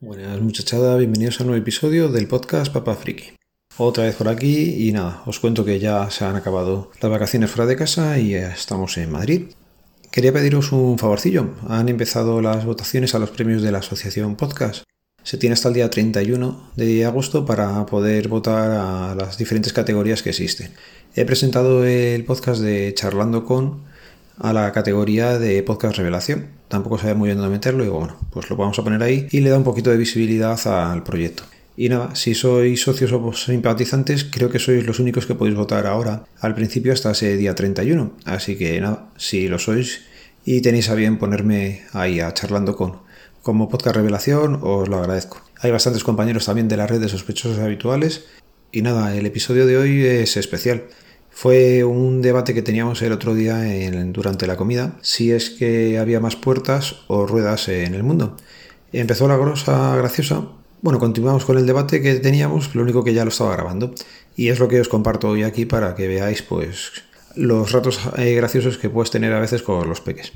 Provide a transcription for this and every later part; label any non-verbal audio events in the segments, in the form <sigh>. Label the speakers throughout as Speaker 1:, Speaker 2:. Speaker 1: Buenas muchachada, bienvenidos a un nuevo episodio del podcast Papá Friki. Otra vez por aquí y nada, os cuento que ya se han acabado las vacaciones fuera de casa y ya estamos en Madrid. Quería pediros un favorcillo. Han empezado las votaciones a los premios de la Asociación Podcast. Se tiene hasta el día 31 de agosto para poder votar a las diferentes categorías que existen. He presentado el podcast de Charlando con a la categoría de podcast revelación. Tampoco sabía muy bien dónde meterlo y digo, bueno, pues lo vamos a poner ahí y le da un poquito de visibilidad al proyecto. Y nada, si sois socios o simpatizantes, creo que sois los únicos que podéis votar ahora, al principio hasta ese día 31. Así que nada, si lo sois y tenéis a bien ponerme ahí a charlando con como podcast revelación, os lo agradezco. Hay bastantes compañeros también de la red de sospechosos habituales. Y nada, el episodio de hoy es especial. Fue un debate que teníamos el otro día en- durante la comida, si es que había más puertas o ruedas en el mundo. Empezó la grosa graciosa. Bueno, continuamos con el debate que teníamos, lo único que ya lo estaba grabando. Y es lo que os comparto hoy aquí para que veáis pues los ratos eh, graciosos que puedes tener a veces con los peques.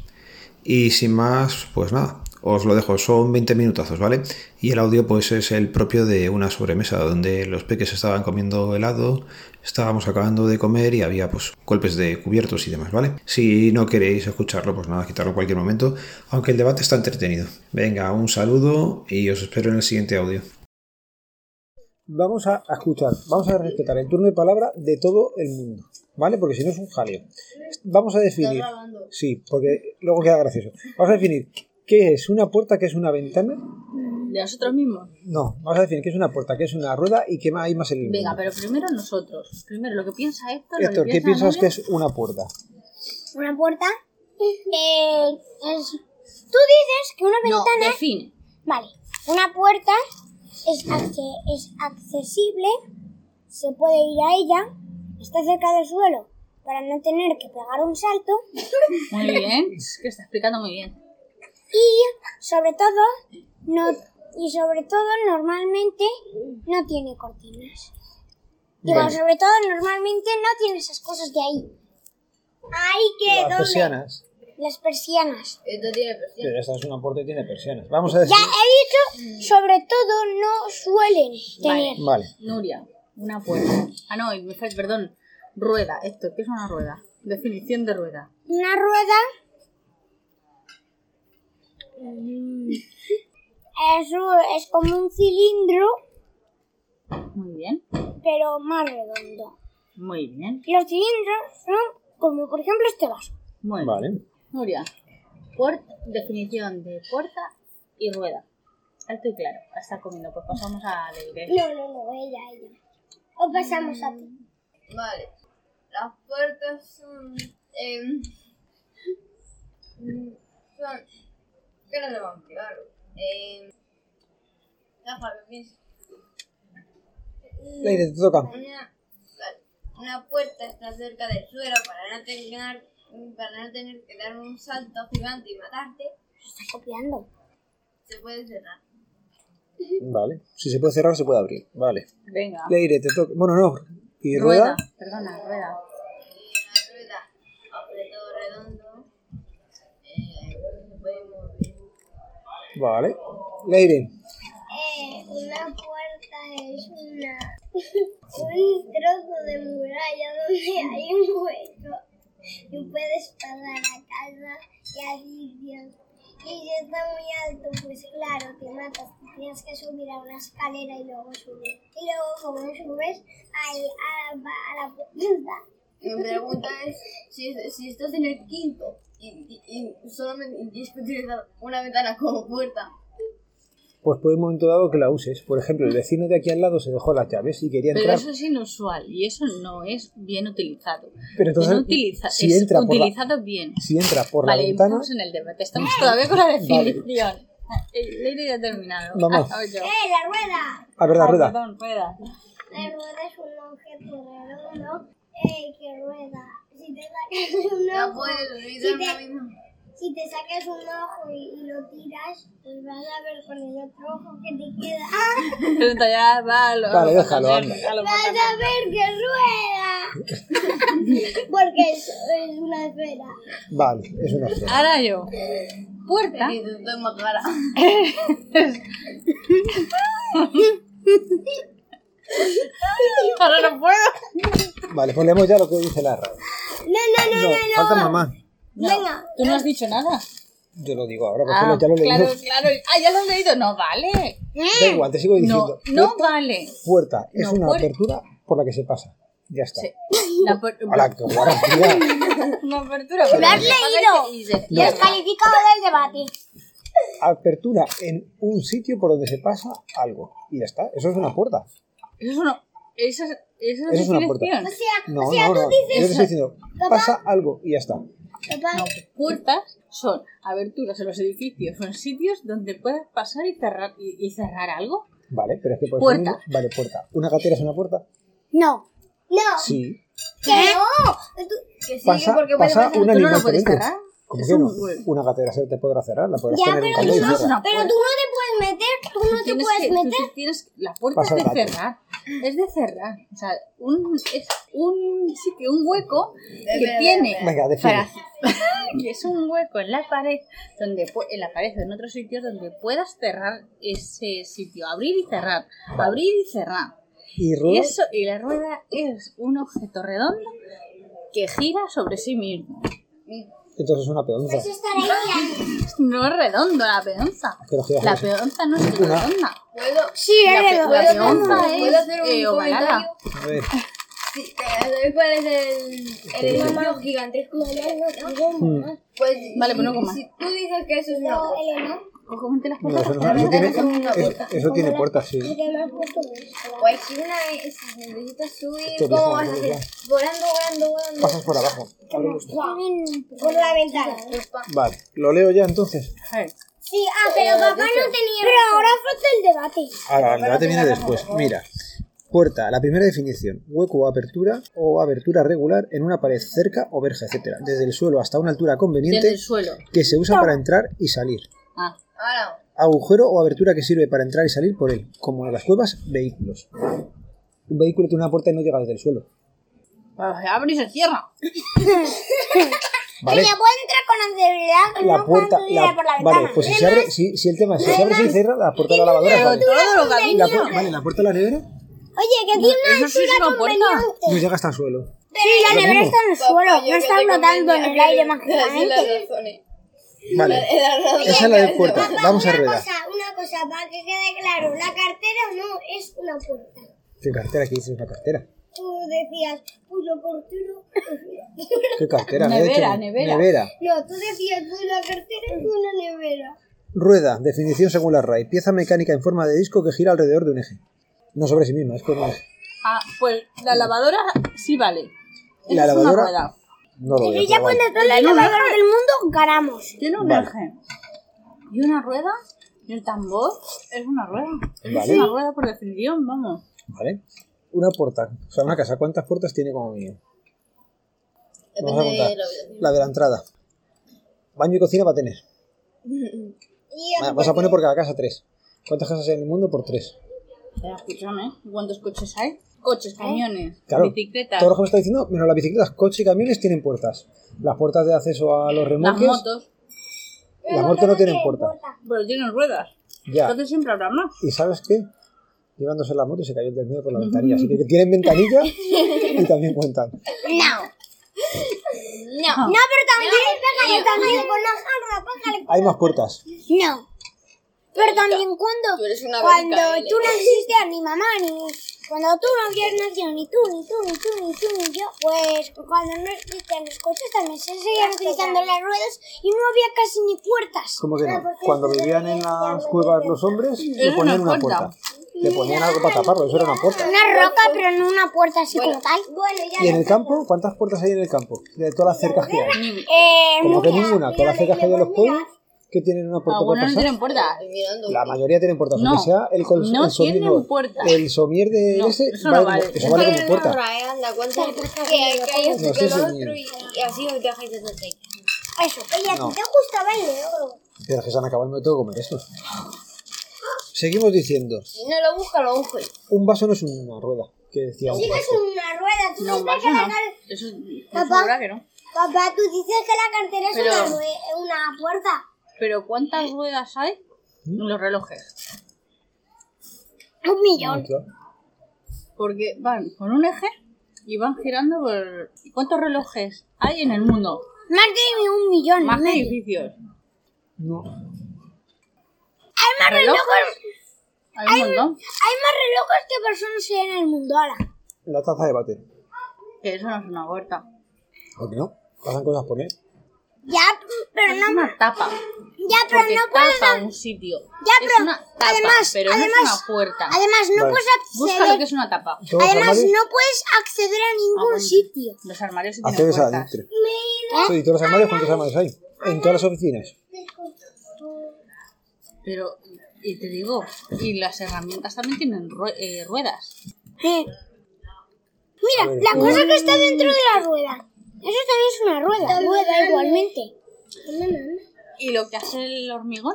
Speaker 1: Y sin más, pues nada, os lo dejo, son 20 minutazos, ¿vale? Y el audio pues es el propio de una sobremesa, donde los peques estaban comiendo helado, estábamos acabando de comer y había pues golpes de cubiertos y demás, ¿vale? Si no queréis escucharlo, pues nada, quitarlo en cualquier momento, aunque el debate está entretenido. Venga, un saludo y os espero en el siguiente audio.
Speaker 2: vamos a a escuchar, vamos a respetar el turno de palabra de todo el mundo, ¿vale? Porque si no es un jaleo. Vamos a definir. Sí, porque luego queda gracioso. Vamos a definir qué es una puerta, qué es una ventana.
Speaker 3: ¿De nosotros mismos?
Speaker 2: No, vamos a definir qué es una puerta, qué es una rueda y qué más hay más en el mundo.
Speaker 3: Venga, pero primero nosotros. Primero lo que piensa Héctor,
Speaker 2: Héctor,
Speaker 3: lo que
Speaker 2: ¿qué
Speaker 3: piensa
Speaker 2: piensas que
Speaker 3: Noelia.
Speaker 2: es una puerta?
Speaker 4: una puerta eh, es- tú dices que una
Speaker 3: No,
Speaker 4: ventana
Speaker 3: define.
Speaker 4: vale una puerta es, acce- es accesible se puede ir a ella está cerca del suelo para no tener que pegar un salto
Speaker 3: Muy bien, es que está explicando muy bien.
Speaker 4: y sobre todo no y sobre todo normalmente no tiene cortinas Digo,
Speaker 2: Vale.
Speaker 4: sobre todo normalmente no tiene esas cosas de ahí ay que
Speaker 2: Las persianas.
Speaker 4: las persianas
Speaker 3: Esto tiene presión.
Speaker 2: Pero esta es una puerta y tiene persianas. Vamos a
Speaker 4: Ya
Speaker 2: decir.
Speaker 4: he dicho, sobre todo no suelen tener.
Speaker 2: Vale.
Speaker 3: Vale. Nuria, una puerta. Ah, no, y me fal- perdón. Rueda, Héctor, ¿qué es una rueda? Definición de rueda.
Speaker 4: Una rueda es, u- es como un cilindro,
Speaker 3: Muy bien,
Speaker 4: pero más redondo.
Speaker 3: muy bien,
Speaker 4: Los cilindros son como, por ejemplo, este vaso.
Speaker 3: muy bien.
Speaker 2: Vale.
Speaker 3: Nuria, puerta, definición de puerta y rueda. Alto y claro, está comiendo, pues pasamos a Leire.
Speaker 4: No, no, no, ella, ella. O pasamos a ti.
Speaker 5: Vale. Las puertas son. em, mm, son. ¿Qué no le van a ampliar? Eh,
Speaker 2: Leire, te toca.
Speaker 5: Una, vale, una puerta está cerca del suelo para no tener para no tener que dar un salto gigante y matarte.
Speaker 4: Se está copiando.
Speaker 5: Se puede cerrar.
Speaker 2: Vale. Si se puede cerrar, se puede abrir. Vale.
Speaker 3: Venga.
Speaker 2: Leire, te toca. Bueno, no. ¿Y rueda?
Speaker 3: Perdona, rueda.
Speaker 5: Una rueda apretado redondo. eh, se puede mover.
Speaker 2: Vale. Leire.
Speaker 4: una puerta es una un trozo de muralla donde hay un hueco y puedes pasar a casa y a sitios. Y si está muy alto, pues claro, te matas. Tienes que subir a una escalera y luego subir. Y luego, como subes, ahí a, la- a la puerta.
Speaker 5: Mi pregunta es si, si estás en el quinto y, y, y solamente y tienes que utilizar una ventana como puerta.
Speaker 2: pues puede un momento dado que la uses. Por ejemplo, el vecino de aquí al lado se dejó las llaves y quería
Speaker 3: Pero
Speaker 2: entrar.
Speaker 3: eso es inusual y eso no es bien utilizado.
Speaker 2: Pero
Speaker 3: Entonces,
Speaker 2: entonces,
Speaker 3: utiliza,
Speaker 2: si,
Speaker 3: es
Speaker 2: entra por la,
Speaker 3: utilizado bien.
Speaker 2: si entra por
Speaker 3: vale,
Speaker 2: la ventana,
Speaker 3: estamos en el debate. Estamos todavía con la definición. El Leire ya ha terminado. <laughs>
Speaker 2: Vamos.
Speaker 3: Ah, yo.
Speaker 4: ¡Eh, la rueda!
Speaker 2: a ver la
Speaker 3: Ah,
Speaker 2: rueda.
Speaker 3: perdón, rueda.
Speaker 4: La rueda es un objeto redondo. ¡Ey, qué rueda! Si te sacas un
Speaker 5: No pues
Speaker 4: ojo,
Speaker 5: puedes utilizar
Speaker 4: si te-
Speaker 5: una misma.
Speaker 4: si te sacas un ojo y, y lo tiras, pues vas a ver con el otro ojo que te queda. ¡Ah!
Speaker 2: <laughs>
Speaker 3: Esto ya, dalo.
Speaker 2: Vale, déjalo, anda.
Speaker 4: ¡Vas a ver que rueda! <laughs> Porque es, es una esfera.
Speaker 2: Vale, es una esfera.
Speaker 3: Ahora yo. Puerta.
Speaker 5: Y tú tengo cara.
Speaker 3: Ahora no puedo.
Speaker 2: Vale, ponemos ya lo que dice la radio.
Speaker 4: No, no, no,
Speaker 2: No,
Speaker 4: no,
Speaker 2: falta
Speaker 4: no.
Speaker 2: mamá.
Speaker 4: Venga.
Speaker 3: Tú no has dicho nada. Ah,
Speaker 2: Yo lo digo ahora, porque ya lo he
Speaker 3: claro,
Speaker 2: leído.
Speaker 3: claro. Ah, ya lo has leído. No vale.
Speaker 2: Da
Speaker 4: Eh,
Speaker 2: igual, te sigo
Speaker 3: No,
Speaker 2: diciendo.
Speaker 3: no vale.
Speaker 2: Puerta es
Speaker 3: No,
Speaker 2: una
Speaker 3: puer-
Speaker 2: apertura por la que se pasa. Ya está.
Speaker 3: Sí. La puer-
Speaker 2: Hola, qué guarra, tía.
Speaker 3: <laughs> Una apertura. pero
Speaker 4: has
Speaker 3: lo que pasa es
Speaker 4: leído?
Speaker 3: que dice-
Speaker 4: Descalificado del debate.
Speaker 2: Apertura en un sitio por donde se pasa algo. Y ya está. Eso es una puerta.
Speaker 3: Eso es una, esa, es- esa
Speaker 2: Eso es una puerta.
Speaker 3: definición.
Speaker 4: O sea,
Speaker 2: No,
Speaker 4: o
Speaker 2: no,
Speaker 4: sea tú
Speaker 2: no. Yo te
Speaker 4: dices,
Speaker 2: estoy diciendo, pasa algo y ya está.
Speaker 4: papá,
Speaker 3: No, puertas son aberturas en los edificios, son sitios donde puedes pasar y cerrar, y, y cerrar algo.
Speaker 2: Vale, pero es que por
Speaker 3: Puerta.
Speaker 2: ejemplo- Vale, puerta. ¿Una gatera es una puerta?
Speaker 4: no.
Speaker 3: Ah,
Speaker 4: No,
Speaker 2: Sí.
Speaker 3: ¿Eh?
Speaker 4: que no. Tú-
Speaker 5: Que sí,
Speaker 2: Pasa,
Speaker 5: porque puede
Speaker 2: pasa
Speaker 5: pasar.
Speaker 2: un
Speaker 3: no lo
Speaker 2: animal por
Speaker 3: puedes
Speaker 2: dentro.
Speaker 3: cerrar.
Speaker 2: ¿Cómo
Speaker 3: Es
Speaker 2: que
Speaker 3: un
Speaker 2: no?
Speaker 3: huevo.
Speaker 2: Una gatera se te podrá cerrar, la podrás
Speaker 4: Ya,
Speaker 2: tener en
Speaker 4: pero
Speaker 2: caldo y
Speaker 4: tú no-
Speaker 2: cierra.
Speaker 3: una
Speaker 4: Pero tú no te puedes meter, tú no te
Speaker 3: Tienes
Speaker 4: puedes
Speaker 3: que- tú
Speaker 4: meter.
Speaker 3: te tienes- la puerta
Speaker 2: Pasa
Speaker 3: es
Speaker 2: el
Speaker 3: de
Speaker 2: dato.
Speaker 3: cerrar. Es de cerrar. O sea, un, es un sitio, un hueco que
Speaker 5: espera,
Speaker 3: tiene.
Speaker 5: espera.
Speaker 2: Venga, define.
Speaker 3: <laughs> que es un hueco en la pared, donde pu- en la pared o en otros sitios donde puedas cerrar ese sitio. Abrir y cerrar. Abrir y cerrar.
Speaker 2: Y
Speaker 3: Y,
Speaker 2: rueda,
Speaker 3: eso, y la rueda es un objeto redondo que gira sobre sí mismo.
Speaker 2: entonces es una peonza.
Speaker 3: <laughs> No es redondo la peonza.
Speaker 2: Pero giras
Speaker 3: La
Speaker 2: así.
Speaker 3: peonza no es
Speaker 2: Una-
Speaker 3: redonda.
Speaker 5: ¿Puedo,
Speaker 4: Sí,
Speaker 3: La, pe-
Speaker 5: ¿puedo,
Speaker 3: la
Speaker 5: hacer un-
Speaker 3: peonza
Speaker 5: ¿puedo
Speaker 3: es
Speaker 5: hacer un
Speaker 3: eh, ovalada.
Speaker 5: comentario?
Speaker 2: A ver,
Speaker 5: Sí, ¿Sabéis cuál es el, el edificio gigantesco? Pues,
Speaker 3: Vale, pues no
Speaker 5: si-
Speaker 3: comas.
Speaker 5: Si tú dices que eso es una puerta,
Speaker 3: Cógete las
Speaker 2: no,
Speaker 3: patas.
Speaker 2: eso, no, eso tiene,
Speaker 5: es una puerta.
Speaker 2: eso- eso tiene puertas, sí.
Speaker 5: pues si una vez si necesitas subir,
Speaker 2: Esto
Speaker 5: ¿cómo
Speaker 2: viejo,
Speaker 5: vas a
Speaker 2: no,
Speaker 5: hacer?
Speaker 2: ya.
Speaker 5: Volando, volando, volando.
Speaker 2: Pasas por abajo. Abre los-
Speaker 4: Por la ventana.
Speaker 2: Vale, lo leo ya entonces.
Speaker 3: A ver,
Speaker 4: Sí, ah, pero papá no tenía. Pero ahora falta el debate.
Speaker 2: Ahora, el debate viene después. Mira. Puerta, la primera definición, hueco o apertura o abertura regular en una pared cerca o verja, etcétera, desde el suelo hasta una altura
Speaker 3: desde
Speaker 2: conveniente
Speaker 3: el suelo.
Speaker 2: que se usa para entrar y salir.
Speaker 3: Ah,
Speaker 5: Ahora,
Speaker 2: agujero o abertura que sirve para entrar y salir por él, como en las cuevas, vehículos. Un vehículo tiene una puerta y no llega desde el suelo.
Speaker 3: pues se abre y se cierra.
Speaker 2: ¿Vale?
Speaker 4: Que se puede entrar con anterioridad, que
Speaker 2: La
Speaker 4: no puede
Speaker 2: puerta.
Speaker 4: subir
Speaker 2: La,
Speaker 4: por la ventana.
Speaker 2: vale, pues si se abre, si, si el tema es si se abre y se cierra, la puerta de la lavadora vale.
Speaker 3: Todo lo que ha
Speaker 2: La
Speaker 3: dicho.
Speaker 2: pu- vale, la puerta de la nevera
Speaker 4: Oye, que tiene una
Speaker 3: Eso sí es una puerta.
Speaker 2: no llega hasta el suelo.
Speaker 4: Pero la
Speaker 2: Lo
Speaker 4: nevera
Speaker 2: mismo.
Speaker 4: está en el suelo,
Speaker 5: papá, yo
Speaker 4: no está
Speaker 5: que te
Speaker 4: flotando en
Speaker 5: convenía
Speaker 4: el aire
Speaker 5: que le das
Speaker 4: mágicamente.
Speaker 5: las <laughs> razones.
Speaker 2: Vale,
Speaker 5: Las razones.
Speaker 2: esa es la de puerta. Vamos a rueda.
Speaker 4: una cosa, para que quede claro, la cartera no es una puerta.
Speaker 2: ¿Qué cartera? ¿Qué dices? Una cartera.
Speaker 4: Tú decías, pulo cartero.
Speaker 2: ¿Qué cartera? Me ha
Speaker 3: Nevera,
Speaker 2: dicho-
Speaker 3: nevera.
Speaker 2: nevera.
Speaker 4: No, tú decías, pues la cartera es una nevera.
Speaker 2: Rueda, definición según la RAI. Pieza mecánica en forma de disco que gira alrededor de un eje. No sobre sí misma, es con un eje.
Speaker 3: Ah, pues la lavadora sí vale.
Speaker 2: La
Speaker 3: Esa es una
Speaker 2: lavadora-
Speaker 3: rueda.
Speaker 2: No lo veo. pero vale.
Speaker 4: todos los lavadores del mundo ganamos.
Speaker 3: Tiene un
Speaker 2: Vale.
Speaker 3: eje. Y una rueda. Y el tambor es una rueda. Es
Speaker 2: Vale.
Speaker 3: una rueda por definición, vamos.
Speaker 2: ¿Vale? Una puerta. O sea, una casa. ¿Cuántas puertas tiene como mínimo? Vamos a
Speaker 5: Depende
Speaker 2: contar.
Speaker 5: de lo
Speaker 2: La de la entrada. Baño y cocina va a tener.
Speaker 4: Y
Speaker 2: Ah, Vas a poner por cada casa tres. ¿Cuántas casas hay en el mundo? Por tres.
Speaker 3: Espera, escúchame. ¿Cuántos coches hay? Coches, camiones,
Speaker 2: Claro.
Speaker 3: bicicletas,
Speaker 2: Todo lo que me está diciendo, menos las bicicletas, coches y camiones tienen puertas. Las puertas de acceso a los
Speaker 3: las
Speaker 2: remolques.
Speaker 3: motos.
Speaker 2: las motos no tienen puerta.
Speaker 3: Pero tienen ruedas.
Speaker 2: Ya.
Speaker 3: Entonces siempre habrá más.
Speaker 2: ¿Y sabes qué? Llevándose la moto y se cayó el del medio por la ventanilla. Así que tienen ventanilla y también cuentan.
Speaker 5: No.
Speaker 4: No, pero también pégale también con la jarra, pégale.
Speaker 2: Hay más puertas.
Speaker 4: No. Pero también cuando,
Speaker 5: Tú eres una
Speaker 4: cuando
Speaker 5: becaile.
Speaker 4: tú no existías ni mamá, ni cuando tú no habías nacido, ni tú, ni tú, ni tú, ni tú, ni yo, pues cuando no existían los coches también se seguían utilizando las ruedas y no había casi ni puertas.
Speaker 2: ¿Cómo que
Speaker 3: Ah,
Speaker 2: no?
Speaker 3: pues
Speaker 2: Cuando vivían en las cuevas los hombres, le
Speaker 3: Era
Speaker 2: ponían
Speaker 3: una
Speaker 2: una puerta. Le ponían algo para taparlo, eso era una puerta.
Speaker 4: Una roca, pero no una puerta así como tal. Bueno, ya
Speaker 2: ¿Y en el campo? ¿Cuántas puertas hay en el campo? De todas las cercas que hay.
Speaker 4: Eh,
Speaker 2: Como que ninguna. Todas las cercas que hay en los
Speaker 4: pues,
Speaker 2: pueblos que tienen una puerta para
Speaker 3: Algunos no
Speaker 2: pasar.
Speaker 3: tienen puertas.
Speaker 5: Estoy mirando.
Speaker 2: La mayoría tienen puertas, aunque
Speaker 3: No,
Speaker 2: sea el, col-
Speaker 3: no
Speaker 2: el somier
Speaker 3: tienen
Speaker 2: no.
Speaker 3: puerta.
Speaker 2: El somier de
Speaker 3: No,
Speaker 2: ese
Speaker 3: eso no
Speaker 2: vale
Speaker 3: vale.
Speaker 2: como- eso vale como puerta.
Speaker 5: Ahora, eh, anda, cuenta que que hay
Speaker 2: No,
Speaker 5: así que
Speaker 2: eso
Speaker 5: lo
Speaker 2: es
Speaker 5: otro y, y así os dejáis de hacer.
Speaker 4: Eso, oye, ¿a ti
Speaker 2: No.
Speaker 4: te gustaba el negro?
Speaker 2: Pero es que se han acabado, me tengo que comer estos. Seguimos diciendo,
Speaker 5: Si no lo busca, lo busco.
Speaker 2: un vaso no es una rueda, que decía un
Speaker 4: Sí que es
Speaker 2: vasco.
Speaker 4: una rueda. Tú
Speaker 3: pues, No,
Speaker 4: dices
Speaker 3: vaso
Speaker 4: que la
Speaker 3: no.
Speaker 4: car-
Speaker 3: Eso es
Speaker 4: Papá.
Speaker 3: segura que no.
Speaker 4: Papá, tú dices que la cartera es
Speaker 3: Pero-
Speaker 4: una, rue- una puerta.
Speaker 3: Pero ¿cuántas ruedas hay en los relojes?
Speaker 4: Un millón.
Speaker 3: Porque van con un eje y van girando por... ¿Cuántos relojes hay en el mundo?
Speaker 4: Más de un millón.
Speaker 3: Más
Speaker 4: y
Speaker 3: que
Speaker 4: medio.
Speaker 3: edificios.
Speaker 2: No,
Speaker 4: Hay más
Speaker 3: ¿Relojes?
Speaker 4: relojes.
Speaker 3: Hay un montón.
Speaker 4: Hay más relojes que personas hay en el mundo ahora.
Speaker 2: la taza de bate.
Speaker 3: Que eso no es una huerta.
Speaker 2: ¿Por qué no? Pasan cosas por él.
Speaker 4: Ya, pero
Speaker 3: Es
Speaker 4: no,
Speaker 3: una tapa.
Speaker 4: ya, pero
Speaker 3: Porque
Speaker 4: no puedes.
Speaker 3: tapa un sitio.
Speaker 4: Ya,
Speaker 3: es
Speaker 4: pero
Speaker 3: una tapa,
Speaker 4: además-
Speaker 3: pero no es
Speaker 4: además-
Speaker 3: una puerta.
Speaker 4: Además, no
Speaker 2: Vale.
Speaker 4: puedes
Speaker 3: Busca lo que
Speaker 4: acceder.
Speaker 3: es una tapa.
Speaker 2: Todos los
Speaker 4: Además,
Speaker 2: armarios,
Speaker 4: no puedes acceder a
Speaker 3: Ah, bueno.
Speaker 4: ningún sitio.
Speaker 3: Los armarios sí tienen
Speaker 2: accedes a
Speaker 3: puertas.
Speaker 2: adentro. Sí, todos los armarios, ¿cuántos armarios hay? En todas las oficinas.
Speaker 3: Pero, y te digo, y las herramientas también tienen rue- eh, ruedas.
Speaker 4: Eh.
Speaker 2: A
Speaker 4: Mira,
Speaker 2: ver,
Speaker 4: la
Speaker 2: ¿cómo?
Speaker 4: cosa que está dentro de la rueda. Eso también es una rueda. Rueda igualmente.
Speaker 3: Y lo que hace el hormigón,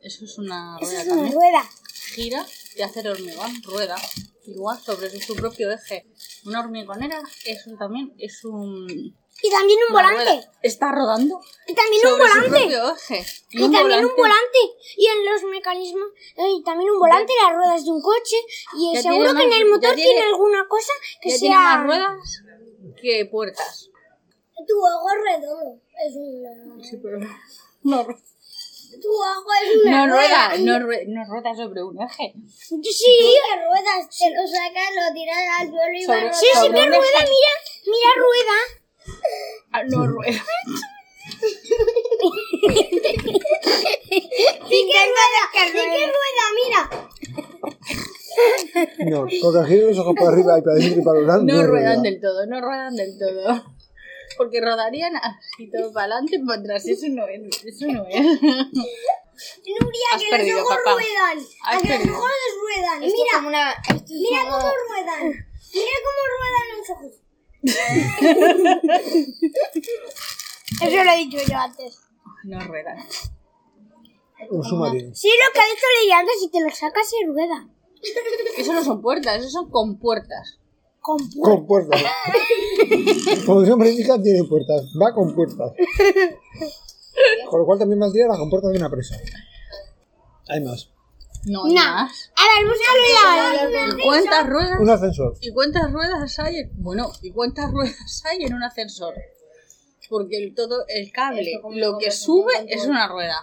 Speaker 3: eso es una
Speaker 4: Eso
Speaker 3: rueda
Speaker 4: es una
Speaker 3: también.
Speaker 4: rueda.
Speaker 3: Gira y hace el hormigón, rueda. Igual sobre su propio eje. Una hormigonera es un, también es un...
Speaker 4: Y también un
Speaker 3: una
Speaker 4: volante.
Speaker 3: rueda. Está rodando
Speaker 4: Y también un
Speaker 3: sobre su
Speaker 4: volante.
Speaker 3: propio eje.
Speaker 4: Y también un volante. Y en los mecanismos. eh, Y también un volante, las ruedas de un coche. Y
Speaker 3: Ya
Speaker 4: seguro
Speaker 3: tiene
Speaker 4: que
Speaker 3: más-
Speaker 4: en el
Speaker 3: ya
Speaker 4: motor tiene,
Speaker 3: tiene-
Speaker 4: alguna cosa que
Speaker 3: Ya
Speaker 4: sea.
Speaker 3: tiene más ruedas que puertas.
Speaker 4: Tu ojo redondo es una.
Speaker 3: Sí, pero... No, ru-
Speaker 4: Tu ojo es una.
Speaker 3: no rueda, no, rue- no rueda sobre un eje.
Speaker 4: Sí,
Speaker 5: que ruedas, se lo sacas, lo tiras al suelo y
Speaker 3: Sobre-
Speaker 4: sí, sí,
Speaker 3: sobre
Speaker 4: que
Speaker 3: un
Speaker 4: rueda,
Speaker 3: eje.
Speaker 4: mira, mira rueda.
Speaker 3: Ah, No rueda.
Speaker 4: Sí que rueda, sí que rueda, mira.
Speaker 2: No, porque giran los ojos para arriba y para adentro y para los lados.
Speaker 3: No
Speaker 2: es
Speaker 3: ruedan
Speaker 2: rueda.
Speaker 3: del todo, no ruedan del todo. Porque rodarían así todo para adelante y para atrás. Eso no es. Eso no es.
Speaker 4: Nuria,
Speaker 3: Has
Speaker 4: que
Speaker 3: perdido,
Speaker 4: los ojos
Speaker 3: papá.
Speaker 4: ruedan.
Speaker 3: Has
Speaker 4: a que los
Speaker 3: perdido.
Speaker 4: ojos ruedan.
Speaker 5: Esto es
Speaker 4: Mira,
Speaker 5: como una. Esto es
Speaker 4: mira
Speaker 5: como-
Speaker 4: cómo ruedan. Mira cómo ruedan los ojos. <laughs> Eso lo he dicho yo antes.
Speaker 3: No ruedan.
Speaker 2: Un submarino.
Speaker 4: Sí, lo que ha dicho Leia antes, si te lo sacas se rueda.
Speaker 3: Eso no son puertas, eso son compuertas.
Speaker 4: Con pu-
Speaker 2: Con
Speaker 3: <laughs>
Speaker 2: puertas. Como su nombre indica, tiene puertas. Va con puertas. Con lo cual también valdría la compuerta de una presa. Hay más.
Speaker 3: No hay
Speaker 4: No.
Speaker 3: más.
Speaker 4: A ver, búscalo la
Speaker 3: ¿Y cuántas ruedas?
Speaker 2: Un ascensor.
Speaker 3: ¿Y cuántas ruedas hay? en- Bueno, ¿y cuántas ruedas hay en un ascensor? Porque el todo, el cable,
Speaker 5: Esto como-
Speaker 3: lo
Speaker 5: como-
Speaker 3: que
Speaker 5: como-
Speaker 3: sube
Speaker 5: como-
Speaker 3: es una rueda.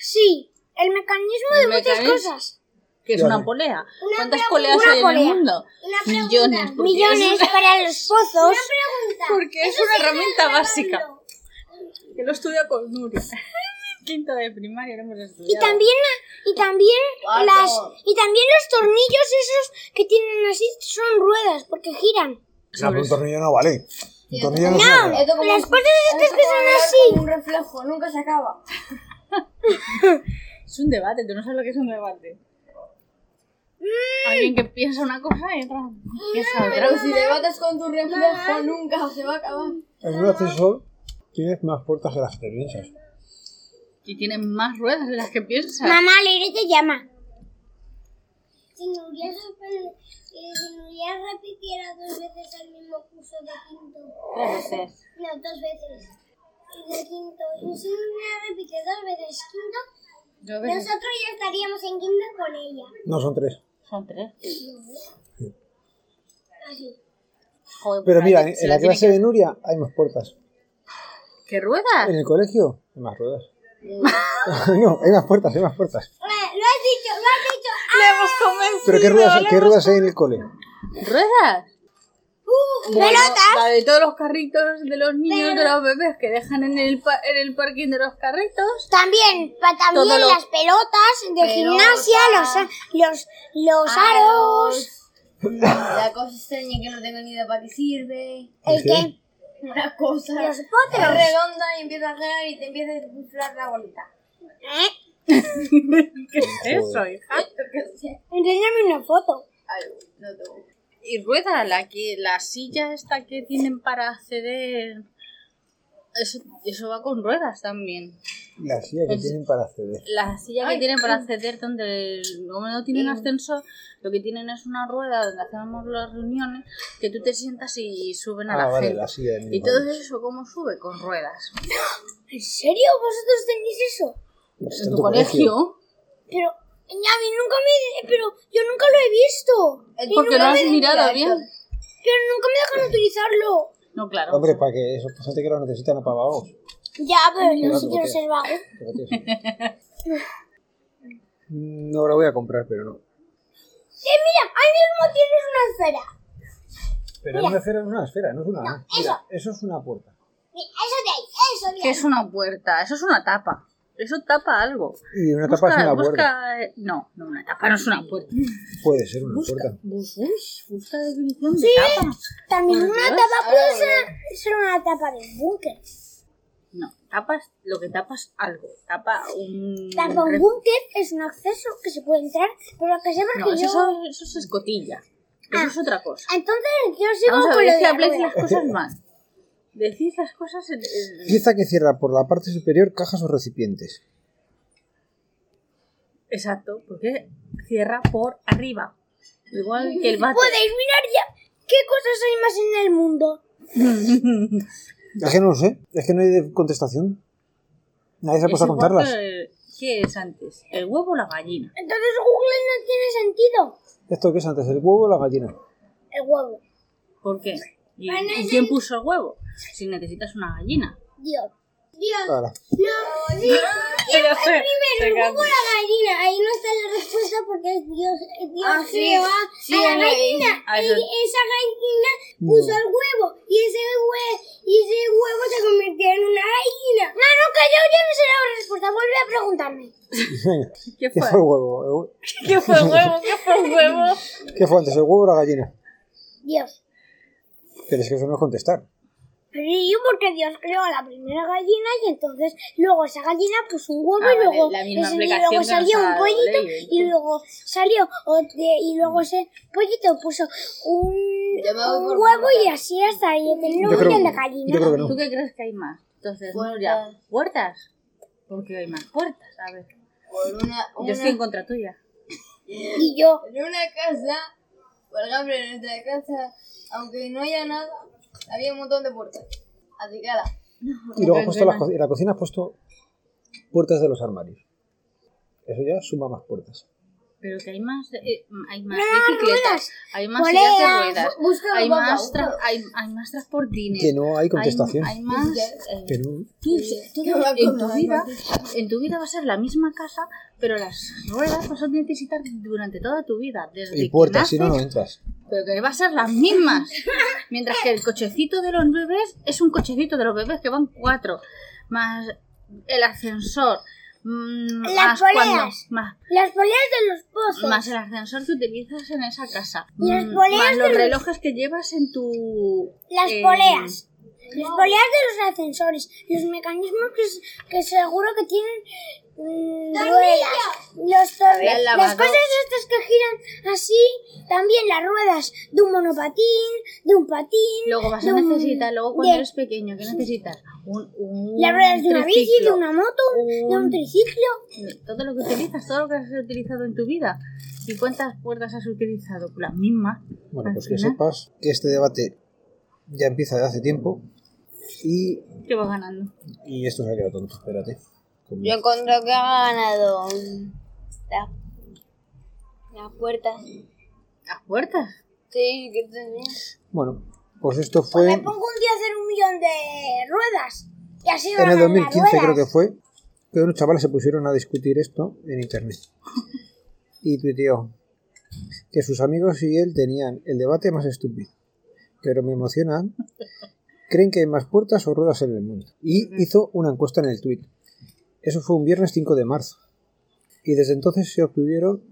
Speaker 4: Sí, el mecanismo de
Speaker 3: El
Speaker 4: muchas
Speaker 3: mecanismo.
Speaker 4: cosas.
Speaker 3: que es
Speaker 2: Ya
Speaker 3: una
Speaker 2: ves.
Speaker 3: polea.
Speaker 4: Una
Speaker 3: ¿Cuántas
Speaker 4: pregu-
Speaker 3: poleas
Speaker 4: una
Speaker 3: hay en
Speaker 4: polea.
Speaker 3: el mundo?
Speaker 4: Una pregunta.
Speaker 3: Millones. porque
Speaker 4: Millones
Speaker 3: es una-
Speaker 4: para los pozos.
Speaker 3: Porque es una herramienta básica. Que lo estudia con Nuria. <laughs> Quinto de primaria lo hemos
Speaker 4: Y
Speaker 3: estudiado.
Speaker 4: también, y también
Speaker 5: Cuatro.
Speaker 4: las y también los tornillos esos que tienen así son ruedas porque giran.
Speaker 2: No, pero un tornillo no vale. Un tornillo no es una
Speaker 4: No,
Speaker 2: rueda.
Speaker 5: Esto como
Speaker 4: las
Speaker 5: un-
Speaker 4: cosas estas
Speaker 5: esto
Speaker 4: que
Speaker 5: como
Speaker 4: son
Speaker 5: hablar
Speaker 4: así.
Speaker 5: como Un reflejo, nunca se acaba.
Speaker 3: Es un debate, tú no sabes lo que es un debate.
Speaker 4: Mm.
Speaker 3: Alguien que piensa una cosa y otra piensa otra.
Speaker 5: Pero si debates con tu reflejo, nunca se va a acabar.
Speaker 2: En un ascensor tienes más puertas que las que te piensas.
Speaker 3: Y tienen más ruedas de las que piensa.
Speaker 4: Mamá, Leire te llama.
Speaker 6: Si Nuria, repite- eh, si Nuria repitiera dos veces el mismo curso de quinto,
Speaker 3: Tres veces.
Speaker 6: no, dos veces, y de quinto, y si Nuria repite dos veces quinto,
Speaker 3: Dos veces.
Speaker 6: nosotros ya estaríamos en quinto con ella.
Speaker 2: No, son tres.
Speaker 3: Son tres.
Speaker 6: Así.
Speaker 3: Joder,
Speaker 2: Pero
Speaker 3: pues
Speaker 2: mira,
Speaker 3: alguien
Speaker 2: en,
Speaker 3: se
Speaker 2: la
Speaker 3: tiene
Speaker 2: clase
Speaker 3: que-
Speaker 2: de Nuria hay más puertas.
Speaker 3: ¿Qué ruedas?
Speaker 2: En el colegio hay más ruedas.
Speaker 3: <laughs>
Speaker 2: <laughs> no, hay más puertas, hay más puertas.
Speaker 6: Eh, lo has dicho, lo has dicho.
Speaker 3: Le hemos convencido.
Speaker 2: Pero ¿qué ruedas, qué ruedas hay en el cole?
Speaker 3: ¿Ruedas? Bueno,
Speaker 4: pelotas.
Speaker 3: La de todos los carritos de los niños, de los bebés que dejan en el, pa- en el parking de los carritos.
Speaker 4: También, pa-
Speaker 3: Todo
Speaker 4: también
Speaker 3: lo-
Speaker 4: las pelotas de gimnasia, los a- los los
Speaker 3: Ah,
Speaker 4: aros,
Speaker 5: La cosa extraña que no tengo ni idea para qué sirve.
Speaker 4: el que
Speaker 5: Una cosa.
Speaker 4: Los
Speaker 5: Es
Speaker 4: potros.
Speaker 5: redonda y empieza a girar y te empieza a inflar la bolita.
Speaker 4: ¿Eh?
Speaker 3: ¿Qué es eso, hija?
Speaker 5: Yo qué sé.
Speaker 4: Enséñame una foto.
Speaker 5: Algo, no tengo.
Speaker 3: Y rueda, la, que, la silla esta que tienen para acceder Eso, eso va con ruedas también.
Speaker 2: La silla que
Speaker 3: Es-
Speaker 2: tienen para acceder.
Speaker 3: La silla que tienen para acceder donde el- como no tienen ascensor, lo que tienen es una rueda donde hacemos las reuniones, que tú te sientas y suben a
Speaker 2: Ah,
Speaker 3: la
Speaker 2: vale,
Speaker 3: gente.
Speaker 2: la silla de mi
Speaker 3: Y todo eso, ¿cómo sube? Con ruedas.
Speaker 4: ¿En serio? ¿Vosotros tenéis eso?
Speaker 2: Está
Speaker 3: ¿En tu colegio?
Speaker 4: Pero, ya, a mí nunca me... Pero yo nunca lo he visto.
Speaker 5: El-
Speaker 3: Porque Eh, no has mirado bien.
Speaker 4: Pero nunca me dejan utilizarlo.
Speaker 3: No, claro.
Speaker 2: Hombre, para que esos pasantes que lo necesitan apagados.
Speaker 4: Ya, pero
Speaker 2: no
Speaker 4: yo
Speaker 2: te
Speaker 4: sí quiero
Speaker 2: botes.
Speaker 4: ser vago.
Speaker 2: Pero tío, sí.
Speaker 3: <laughs>
Speaker 2: No la voy a comprar, pero no.
Speaker 4: Eh, mira, ahí mismo tienes una esfera.
Speaker 2: Pero es una esfera, es una esfera, no es una. ¿no? Mira, eso es una puerta.
Speaker 4: Mira, eso de ahí, eso de
Speaker 3: Que
Speaker 4: ahí.
Speaker 3: es una puerta, eso es una tapa. Eso tapa algo.
Speaker 2: Y una tapa es
Speaker 3: Busca,
Speaker 2: una puerta.
Speaker 3: busca... eh, No, no, una tapa no es una puerta.
Speaker 2: Puede ser una
Speaker 3: Busca,
Speaker 2: puerta.
Speaker 3: bus- bus- busca definición de tapa.
Speaker 4: También
Speaker 3: Por
Speaker 4: una
Speaker 3: Dios,
Speaker 4: tapa
Speaker 3: ahora
Speaker 4: puede
Speaker 3: lo
Speaker 4: ser, ser una tapa de un búnker.
Speaker 3: No, tapas lo que tapas algo. Tapa un.
Speaker 4: Tapa un
Speaker 3: ref-
Speaker 4: búnker es un acceso que se puede entrar, pero que sepa
Speaker 3: No,
Speaker 4: que
Speaker 3: eso,
Speaker 4: yo...
Speaker 3: es- eso es escotilla. Eso es otra cosa.
Speaker 4: Entonces yo sigo
Speaker 3: Vamos a
Speaker 4: con
Speaker 3: ver,
Speaker 4: lo
Speaker 3: es
Speaker 4: de
Speaker 3: que
Speaker 4: la
Speaker 3: habléis
Speaker 4: rueda.
Speaker 3: las cosas mal. Decís las cosas en.
Speaker 2: <laughs>
Speaker 3: en-
Speaker 2: Pieza que cierra por la parte superior cajas o recipientes.
Speaker 3: Exacto, porque cierra por arriba. Igual que el vato.
Speaker 4: Podéis mirar ya qué cosas hay más en el mundo.
Speaker 2: Es que no lo sé, es que no hay de- contestación. Nadie se ha
Speaker 3: Es
Speaker 2: puesto a
Speaker 3: igual
Speaker 2: contarlas.
Speaker 3: que- ¿Qué es antes? ¿El huevo o la gallina?
Speaker 4: Entonces Google no tiene sentido.
Speaker 2: ¿Esto qué es antes, el huevo o la
Speaker 3: <laughs>
Speaker 2: gallina?
Speaker 4: El huevo.
Speaker 3: ¿Por qué? ¿Y, y quién puso el huevo? Si necesitas una gallina.
Speaker 4: Dios.
Speaker 3: Ah.
Speaker 2: Ahora, <laughs>
Speaker 4: No, sí.
Speaker 3: <laughs>
Speaker 4: Primero, el huevo o la gallina. Ahí no está la respuesta porque es Dios, es Dios
Speaker 5: Ah, sí.
Speaker 4: creó a,
Speaker 5: Sí,
Speaker 4: a la
Speaker 5: ahí.
Speaker 4: gallina.
Speaker 3: Ah,
Speaker 4: Y
Speaker 3: eso-
Speaker 4: esa gallina puso el huevo. Y ese, hue- y ese huevo se convirtió en una gallina. No, no, que yo ya no sé la respuesta. Vuelve a preguntarme.
Speaker 2: venga,
Speaker 3: ¿Qué
Speaker 2: ¿qué
Speaker 3: fue?
Speaker 2: fue el huevo? El hue-
Speaker 3: ¿Qué fue el huevo? ¿Qué fue el huevo?
Speaker 2: ¿Qué fue antes, el huevo o la gallina?
Speaker 4: Dios.
Speaker 2: Pero es que eso no es contestar.
Speaker 4: Pero ¿y yo porque Dios creó a la primera gallina y entonces luego esa gallina puso un huevo
Speaker 3: Ah,
Speaker 4: y
Speaker 3: vale,
Speaker 4: luego,
Speaker 3: la misma
Speaker 4: ese- y
Speaker 3: aplicación
Speaker 4: luego
Speaker 3: que nos
Speaker 4: salió
Speaker 3: ha
Speaker 4: un
Speaker 3: dado
Speaker 4: pollito
Speaker 3: Ley,
Speaker 4: y luego salió otro y luego ese pollito puso un,
Speaker 5: Yo me voy
Speaker 4: un
Speaker 5: por
Speaker 4: huevo y así hasta ahí tener
Speaker 2: Yo
Speaker 4: un
Speaker 2: creo-
Speaker 4: montón de
Speaker 2: yo creo
Speaker 4: gallinas.
Speaker 2: que no.
Speaker 3: <laughs> ¿Tú qué crees que hay más? Entonces,
Speaker 5: Puertas.
Speaker 3: ya, ¿puertas? Porque hay más puertas, a ver.
Speaker 5: Por una,
Speaker 3: Yo
Speaker 5: una,
Speaker 3: estoy en contra tuya.
Speaker 4: Y yo,
Speaker 5: en una casa, por ejemplo, en nuestra casa, aunque no haya nada, había un montón de puertas. Así que ala.
Speaker 2: Y luego has
Speaker 3: Comprendo.
Speaker 2: puesto las co- en la cocina has puesto puertas de los armarios. Eso ya suma más puertas.
Speaker 3: Pero que hay más, eh, hay más
Speaker 4: Ruedas,
Speaker 3: bicicletas, hay más
Speaker 4: Poleas,
Speaker 3: sillas de ruedas,
Speaker 5: busca
Speaker 3: hay
Speaker 5: guapa,
Speaker 3: más,
Speaker 5: busca.
Speaker 3: tra- hay, hay más transportines.
Speaker 2: Que no hay
Speaker 3: hay-
Speaker 2: contestación.
Speaker 3: Hay, más... eh,
Speaker 2: Que no-
Speaker 3: tú- tú-
Speaker 5: Yo la
Speaker 3: en, tu
Speaker 5: conozco.
Speaker 3: vida, en tu vida va a ser la misma casa, pero las ruedas vas a necesitar durante toda tu vida. Desde
Speaker 2: Y
Speaker 3: que
Speaker 2: puertas, si no, no ¿eh?
Speaker 3: naces,
Speaker 2: entras.
Speaker 3: Pero que va a ser las
Speaker 4: <laughs>
Speaker 3: mismas. Mientras que el cochecito de los bebés es un cochecito de los bebés que van cuatro. Más el ascensor. mm, más,
Speaker 4: Las
Speaker 3: cuando-
Speaker 4: poleas.
Speaker 3: más,
Speaker 4: las poleas de los pozos.
Speaker 3: más el ascensor que utilizas en esa casa.
Speaker 4: Las
Speaker 3: mm,
Speaker 4: poleas
Speaker 3: más
Speaker 4: de
Speaker 3: los
Speaker 4: los-
Speaker 3: relojes que llevas en tu... eh,
Speaker 4: Las
Speaker 3: en-
Speaker 4: poleas. Las poleas de los ascensores. Los mecanismos que, s- que seguro que tienen mm, ruedas. Los torre-
Speaker 3: La
Speaker 4: las
Speaker 3: lavadora.
Speaker 4: cosas estas que giran así. También las ruedas de un monopatín, de un patín.
Speaker 3: Luego vas
Speaker 4: de
Speaker 3: a
Speaker 4: un-
Speaker 3: necesitar, luego cuando
Speaker 4: de-
Speaker 3: eres pequeño, ¿qué necesitas? Un, un
Speaker 4: Las ruedas de una bici, de
Speaker 3: triciclo.
Speaker 4: una moto, de un
Speaker 3: Un-
Speaker 4: triciclo.
Speaker 3: Todo lo que utilizas, todo lo que has utilizado en tu vida. ¿Y cuántas puertas has utilizado? Las mismas.
Speaker 2: Bueno,
Speaker 3: Al
Speaker 2: pues que
Speaker 3: final.
Speaker 2: sepas que este debate ya empieza de hace tiempo y,
Speaker 3: que vas ganando.
Speaker 2: y esto se ha quedado tonto, espérate. Conmigo.
Speaker 5: Yo encuentro que ha ganado las puertas.
Speaker 3: Las puertas.
Speaker 5: Sí, que tenía.
Speaker 2: Bueno, pues esto fue
Speaker 4: Me pongo un día a hacer un millón de ruedas. Y así
Speaker 2: en el
Speaker 4: van a ganar
Speaker 2: 2015 creo que
Speaker 4: ruedas.
Speaker 2: fue, que unos chavales se pusieron a discutir esto en internet. Y tuiteó que sus amigos y él tenían el debate más estúpido, pero me emocionan. ¿Creen que hay más puertas o ruedas en el mundo? Y hizo una encuesta en el tweet. Eso fue un viernes 5 de marzo. Y desde entonces se obtuvieron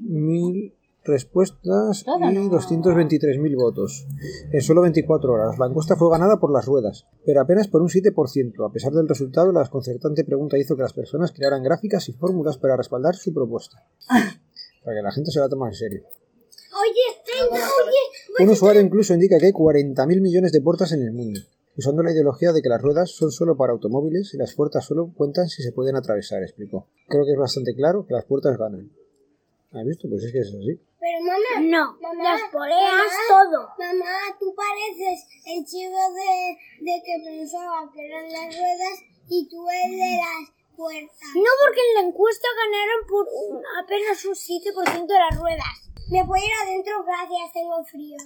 Speaker 2: mil respuestas y 223.000 votos. En solo 24 horas. La encuesta fue ganada por las ruedas, pero apenas por un 7%. A pesar del resultado, la desconcertante pregunta hizo que las personas crearan gráficas y fórmulas para respaldar su propuesta. Para que la gente se la toma en serio.
Speaker 4: Oye, tengo, oye,
Speaker 2: Un usuario incluso indica que hay 40.000 millones de puertas en el mundo. usando la ideología de que las ruedas son solo para automóviles y las puertas solo cuentan si se pueden atravesar, explicó. Creo que es bastante claro que las puertas ganan. ¿Has visto? Pues es que es así.
Speaker 4: Pero mamá,
Speaker 6: No,
Speaker 4: Mamá,
Speaker 6: las poleas
Speaker 4: mamá.
Speaker 6: todo.
Speaker 4: mamá, tú pareces el chico de, de que pensaba que eran las ruedas y tú el de las puertas.
Speaker 6: No porque en la encuesta ganaron por un- apenas un 7% de las ruedas.
Speaker 4: Me puedo ir adentro, gracias, tengo frío.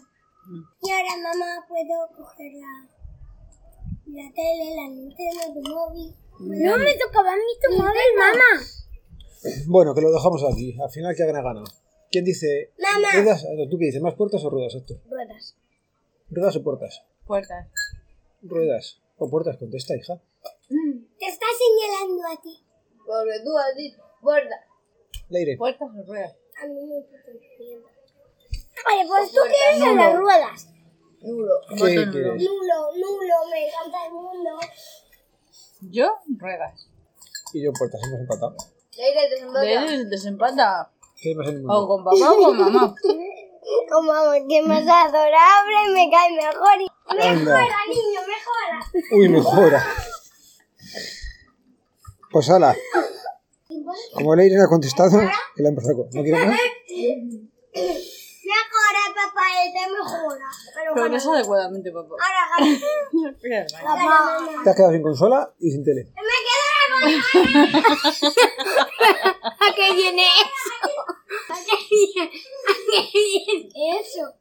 Speaker 4: Y ahora mamá puedo coger la, la tele, la Nintendo, tu móvil.
Speaker 6: No me tocaba a mí tu móvil, mamá.
Speaker 2: Bueno, que lo dejamos aquí. Al final, ¿qué gana gana? ¿Quién dice
Speaker 4: Mamá.
Speaker 2: ruedas? Ah, no, ¿Tú qué dices? ¿Más puertas o ruedas, Héctor?
Speaker 6: Ruedas.
Speaker 2: ¿Ruedas o puertas?
Speaker 3: Puertas.
Speaker 2: Ruedas. O puertas, contesta, hija.
Speaker 4: Te está señalando a ti.
Speaker 5: Porque tú has dicho, puerta.
Speaker 2: Leire.
Speaker 3: Puertas o ruedas.
Speaker 4: A mí me puto miedo.
Speaker 6: Vale, pues tú quieres a las ruedas.
Speaker 5: Nulo.
Speaker 2: ¿Qué quieres?
Speaker 4: Nulo, nulo, me encanta el mundo.
Speaker 3: Yo, ruedas.
Speaker 2: Y yo puertas, hemos empatado.
Speaker 5: Leire, te empata.
Speaker 3: Él desempata
Speaker 2: ¿Qué más en el
Speaker 3: o
Speaker 2: mundo?
Speaker 3: con papá o con mamá.
Speaker 4: Como que más adorable, me cae mejor.
Speaker 2: Anda.
Speaker 4: niño, mejora.
Speaker 2: Uy, mejora. Pues ala. Como Leire no ha contestado, él ha empezado con... ¿No quiero más?
Speaker 4: Mejora, papá, él te mejora. Pero
Speaker 3: Progresa adecuadamente, papá.
Speaker 4: ahora gana.
Speaker 3: <laughs>
Speaker 4: Mamá.
Speaker 2: Te has quedado sin consola y sin tele.
Speaker 4: Me quedo la bola.
Speaker 3: <laughs>
Speaker 6: ¿A qué viene eso? ¿A qué viene, a qué viene eso?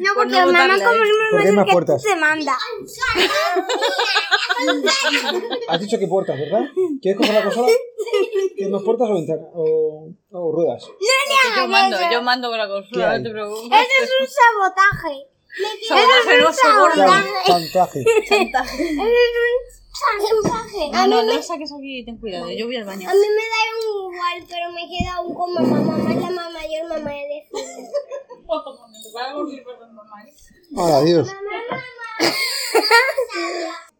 Speaker 6: No, porque
Speaker 3: no
Speaker 6: mamá
Speaker 3: botarla,
Speaker 6: como
Speaker 3: ¿eh?
Speaker 6: es
Speaker 2: Porque hay
Speaker 6: muy mayor que
Speaker 2: más
Speaker 6: tú
Speaker 2: puertas.
Speaker 6: te manda.
Speaker 2: Has dicho que puertas, ¿verdad? ¿Quieres coger la consola? ¿Quieres más puertas o, ventana- o, o ruedas?
Speaker 3: Yo mando, yo mando con la consola,
Speaker 2: hay?
Speaker 3: no te preocupes.
Speaker 6: Eso es un sabotaje.
Speaker 3: Sabotaje, no,
Speaker 2: Claro,
Speaker 3: soborno.
Speaker 2: chantaje.
Speaker 3: No, no, no la saques aquí, ten cuidado, eh. yo voy al baño.
Speaker 4: A mí me da un igual, pero me queda un con mamá. Mamá es la más mayor, mamá es de fútbol.
Speaker 2: Ahora, adiós.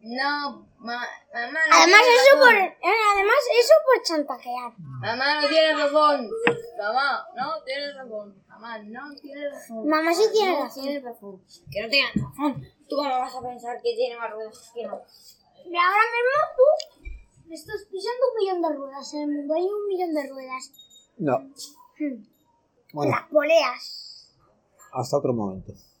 Speaker 5: No, ma- mamá no
Speaker 6: Además
Speaker 5: tiene
Speaker 6: eso por,
Speaker 5: razón.
Speaker 6: eh, además eso por chantajear.
Speaker 5: Mamá no tiene razón. Mamá no tiene razón. Mamá no tiene razón.
Speaker 6: Mamá sí tiene razón.
Speaker 5: Tiene razón. Que no tiene razón. ¿Tú cómo vas a pensar que tiene más ruedas que no?
Speaker 6: Y ahora mismo tú me estás pisando un millón de ruedas. En el mundo hay un millón de ruedas.
Speaker 2: No. Bueno,
Speaker 6: Poleas.
Speaker 2: hasta otro momento.